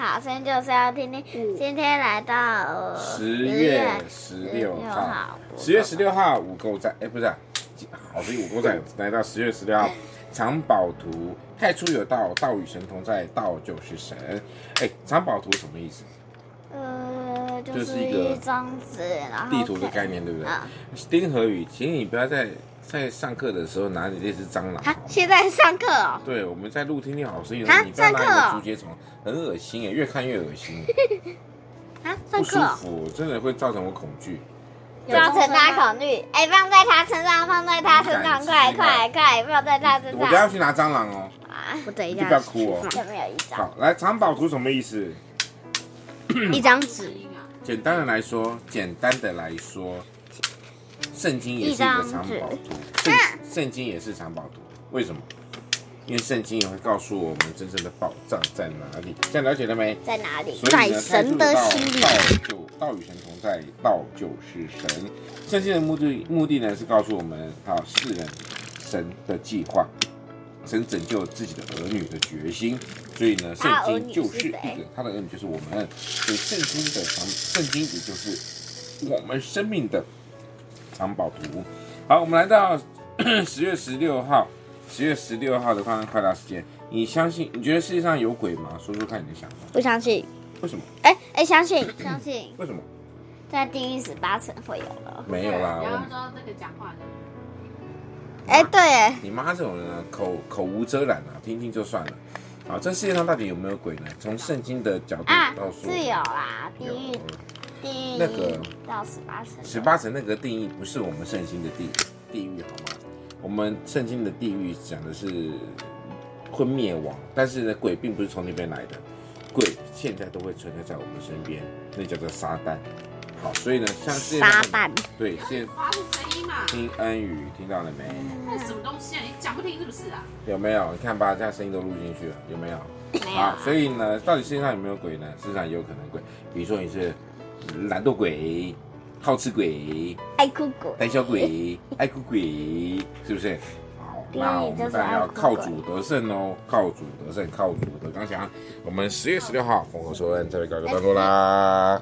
好声音就是要听听。嗯今天来到呃十月十六号，十月十六号五购站，哎，不是、啊，好声音五购站来到十月十六号，藏宝图太初有道，道与神同在，道就是神。哎，藏宝图什么意思？呃，就就是是一个一张纸，然后地图的可以概念对不对嗯啊？丁和宇，请你不要在在上课的时候拿你那只蟑螂。好啊吗，现在上课哦，对，我们在录听听好声音的时啊候，你不要拿上课你哦的竹节虫，很恶心耶，越看越恶心，啊，上不舒课哦，服，真的会造成我恐惧。造成他恐惧。哎，放在他身上，放在他身上，你快敢吃吗快快，放在他身我等一下上。要去拿蟑螂哦。啊，我等一你下不要哭哦去放有没有一张？好，来藏宝图什么意思？嗯一张纸，简单的来说，简单的来说，圣经也是一个藏宝图，圣圣经也是藏宝图。为什么？因为圣经也会告诉我们真正的宝藏在哪里。这样了解了没？在哪里？所以在呢神的心里道就道与神同在，道就是神。圣经的目的目的呢是告诉我们啊世人神的计划，神拯救自己的儿女的决心。所以呢，圣他的儿经女就是是谁一个他的儿女就是我们，所以圣经的藏，圣经也就是我们生命的藏宝图。好，我们来到呃十月十六号，十月十六号的快乐快乐时间。你相信？你觉得世界上有鬼吗？说说看你的想法。不相信。为什么？哎哎，相信，相信为什么？在地狱十八层会有了。没有啦，然后我说这个讲话的，哎对，你妈这种人啊，口口无遮拦啊，听听就算了。好，这世界上到底有没有鬼呢？从圣经的角度啊告，诉我是有啦，地有狱地狱那个到十八层，十八层那个定义不是我们圣经的地地狱好吗？我们圣经的地狱讲的是会灭亡，但是呢，鬼并不是从那边来的，鬼现在都会存在在我们身边，那叫做撒旦。好，所以呢，像世界上撒旦，对，现发出声音嘛，听恩语听到了没？那什么东西啊？你讲不听是不是啊？有没有？你看吧，这样声音都录进去了，有没有？没有啊啊，所以呢，到底世界上有没有鬼呢？世界上也有可能鬼，比如说你是懒惰鬼、好吃鬼、爱哭鬼。胆 小鬼、爱哭鬼，是不是？好，那我们当然要靠主得胜哦，靠主得胜，靠主得刚强。我们十月十六号《烽火收恩》这位告一个段落啦。